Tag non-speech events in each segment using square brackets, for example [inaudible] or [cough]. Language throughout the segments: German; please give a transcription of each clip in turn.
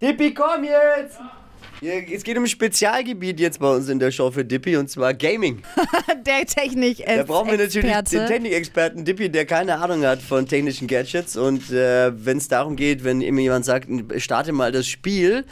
Dippi, komm jetzt! Ja, es geht um ein Spezialgebiet jetzt bei uns in der Show für Dippi und zwar Gaming. der technik Da brauchen wir natürlich den Technikexperten Dippi, der keine Ahnung hat von technischen Gadgets. Und äh, wenn es darum geht, wenn immer jemand sagt, starte mal das Spiel,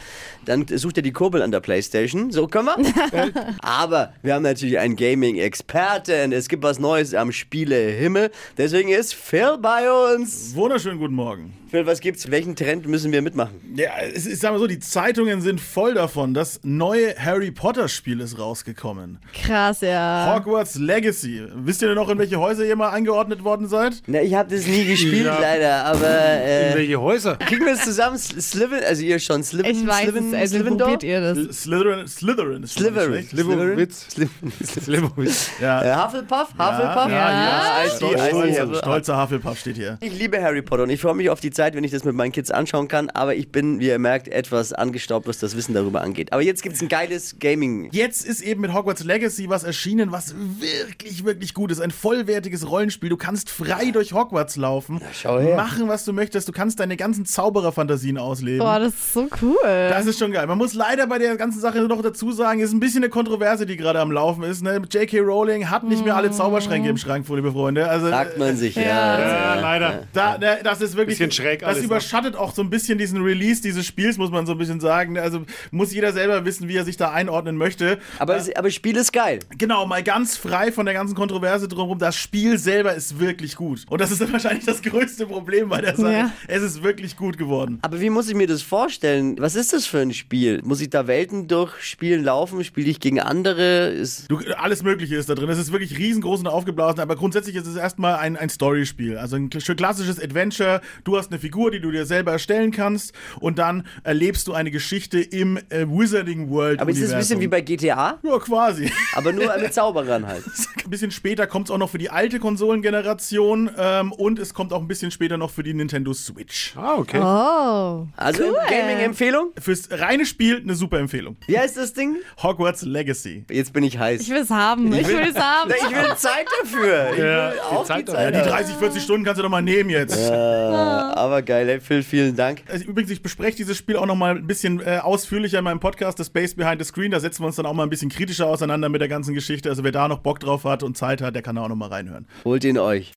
dann sucht er die Kurbel an der Playstation. So können wir. Aber wir haben natürlich einen Gaming-Experten. Es gibt was Neues am Spielehimmel. Deswegen ist Phil bei uns. Wunderschönen guten Morgen. Phil, was gibt's? Welchen Trend müssen wir mitmachen? Ja, es ist, sagen wir so, die Zeitungen sind voll davon. Das neue Harry Potter Spiel ist rausgekommen. Krass, ja. Hogwarts Legacy. Wisst ihr denn noch, in welche Häuser ihr mal eingeordnet worden seid? Na, ich habe das nie gespielt, Ja. leider, aber. Äh, In welche Häuser? Kriegen wir es zusammen? Sliven, also ihr schon Sliven, Ich weiß Sliven, es, also probiert ihr das. Slytherin, Slytherin ist schon Sliverin. nicht schlecht. Slivovitz. Sliven. Slivovitz. Ja. Äh, Hufflepuff? Hufflepuff? Ah, Ja, ja, I ja. see, Stolz, I see. Also, äh, stolzer, stolzer Hufflepuff steht hier. Ich liebe Harry Potter und ich freue mich auf die Zeit, wenn ich das mit meinen Kids anschauen kann, aber ich bin, wie ihr merkt, etwas angestaubt, was das Wissen darüber angeht. Aber jetzt gibt's ein geiles Gaming. Jetzt ist eben mit Hogwarts Legacy was erschienen, was wirklich, wirklich gut ist. Ein vollwertiges Rollenspiel. Du kannst frei durch Hogwarts laufen, schau her. machen, was du möchtest. Du kannst deine ganzen Zaubererfantasien ausleben. Boah, das ist so cool. Das ist schon geil. Man muss leider bei der ganzen Sache noch dazu sagen, ist ein bisschen eine Kontroverse, die gerade am Laufen ist. Ne? J.K. Rowling hat nicht mehr alle Zauberschränke im Schrank, liebe Freunde. Also, Sagt man sich, ja. Ja, leider. da, ne, das ist wirklich. Bisschen schräg Das alles, ne? überschattet auch so ein bisschen diesen Release dieses Spiels, muss man so ein bisschen sagen. Also muss jeder selber wissen, wie er sich da einordnen möchte. Aber, es- aber Spiel ist geil. Genau, mal ganz frei von der ganzen Kontroverse drumherum. Das Spiel selber ist wirklich gut. Und das ist [laughs] dann wahrscheinlich das größte Problem bei der Sache. Ja. Es ist wirklich gut geworden. Aber wie muss ich mir das vorstellen? Was ist das für ein Spiel? Muss ich da Welten durchspielen, laufen? Spiele ich gegen andere? Ist, Du, alles Mögliche ist da drin. Es ist wirklich riesengroß und aufgeblasen, aber grundsätzlich ist es erstmal ein, ein Storyspiel. Also ein kl- klassisches Adventure. Du hast eine Figur, die du dir selber erstellen kannst und dann erlebst du eine Geschichte im äh, Wizarding World. aber ist das ein bisschen wie bei GTA? Ja, quasi. [laughs] Aber nur [laughs] mit Zauberern halt. Ein bisschen später kommt es auch noch für die alte Konsolengeneration ähm, und es kommt auch ein bisschen später noch für die Nintendo Switch. Ah, okay. oh. Also Gaming-Empfehlung? Fürs reine Spiel eine super Empfehlung. Wie heißt das Ding? Hogwarts Legacy. Jetzt bin ich heiß. Ich will es haben. Ich will es haben. Na, ich will Zeit dafür. Ich will Ja, die auch die Zeit Zeit. Die haben. 30, 40 Stunden kannst du doch mal nehmen jetzt. Aber geil, ey, Phil, vielen Dank. Also Übrigens, ich bespreche dieses Spiel auch noch mal ein bisschen äh, ausführlicher in meinem Podcast, The Space Behind the Screen. Da setzen wir uns dann auch mal ein bisschen kritischer auseinander mit der ganzen Geschichte. Also wer da noch Bock drauf hat und Zeit hat, der kann da auch noch mal reinhören. Holt ihn euch.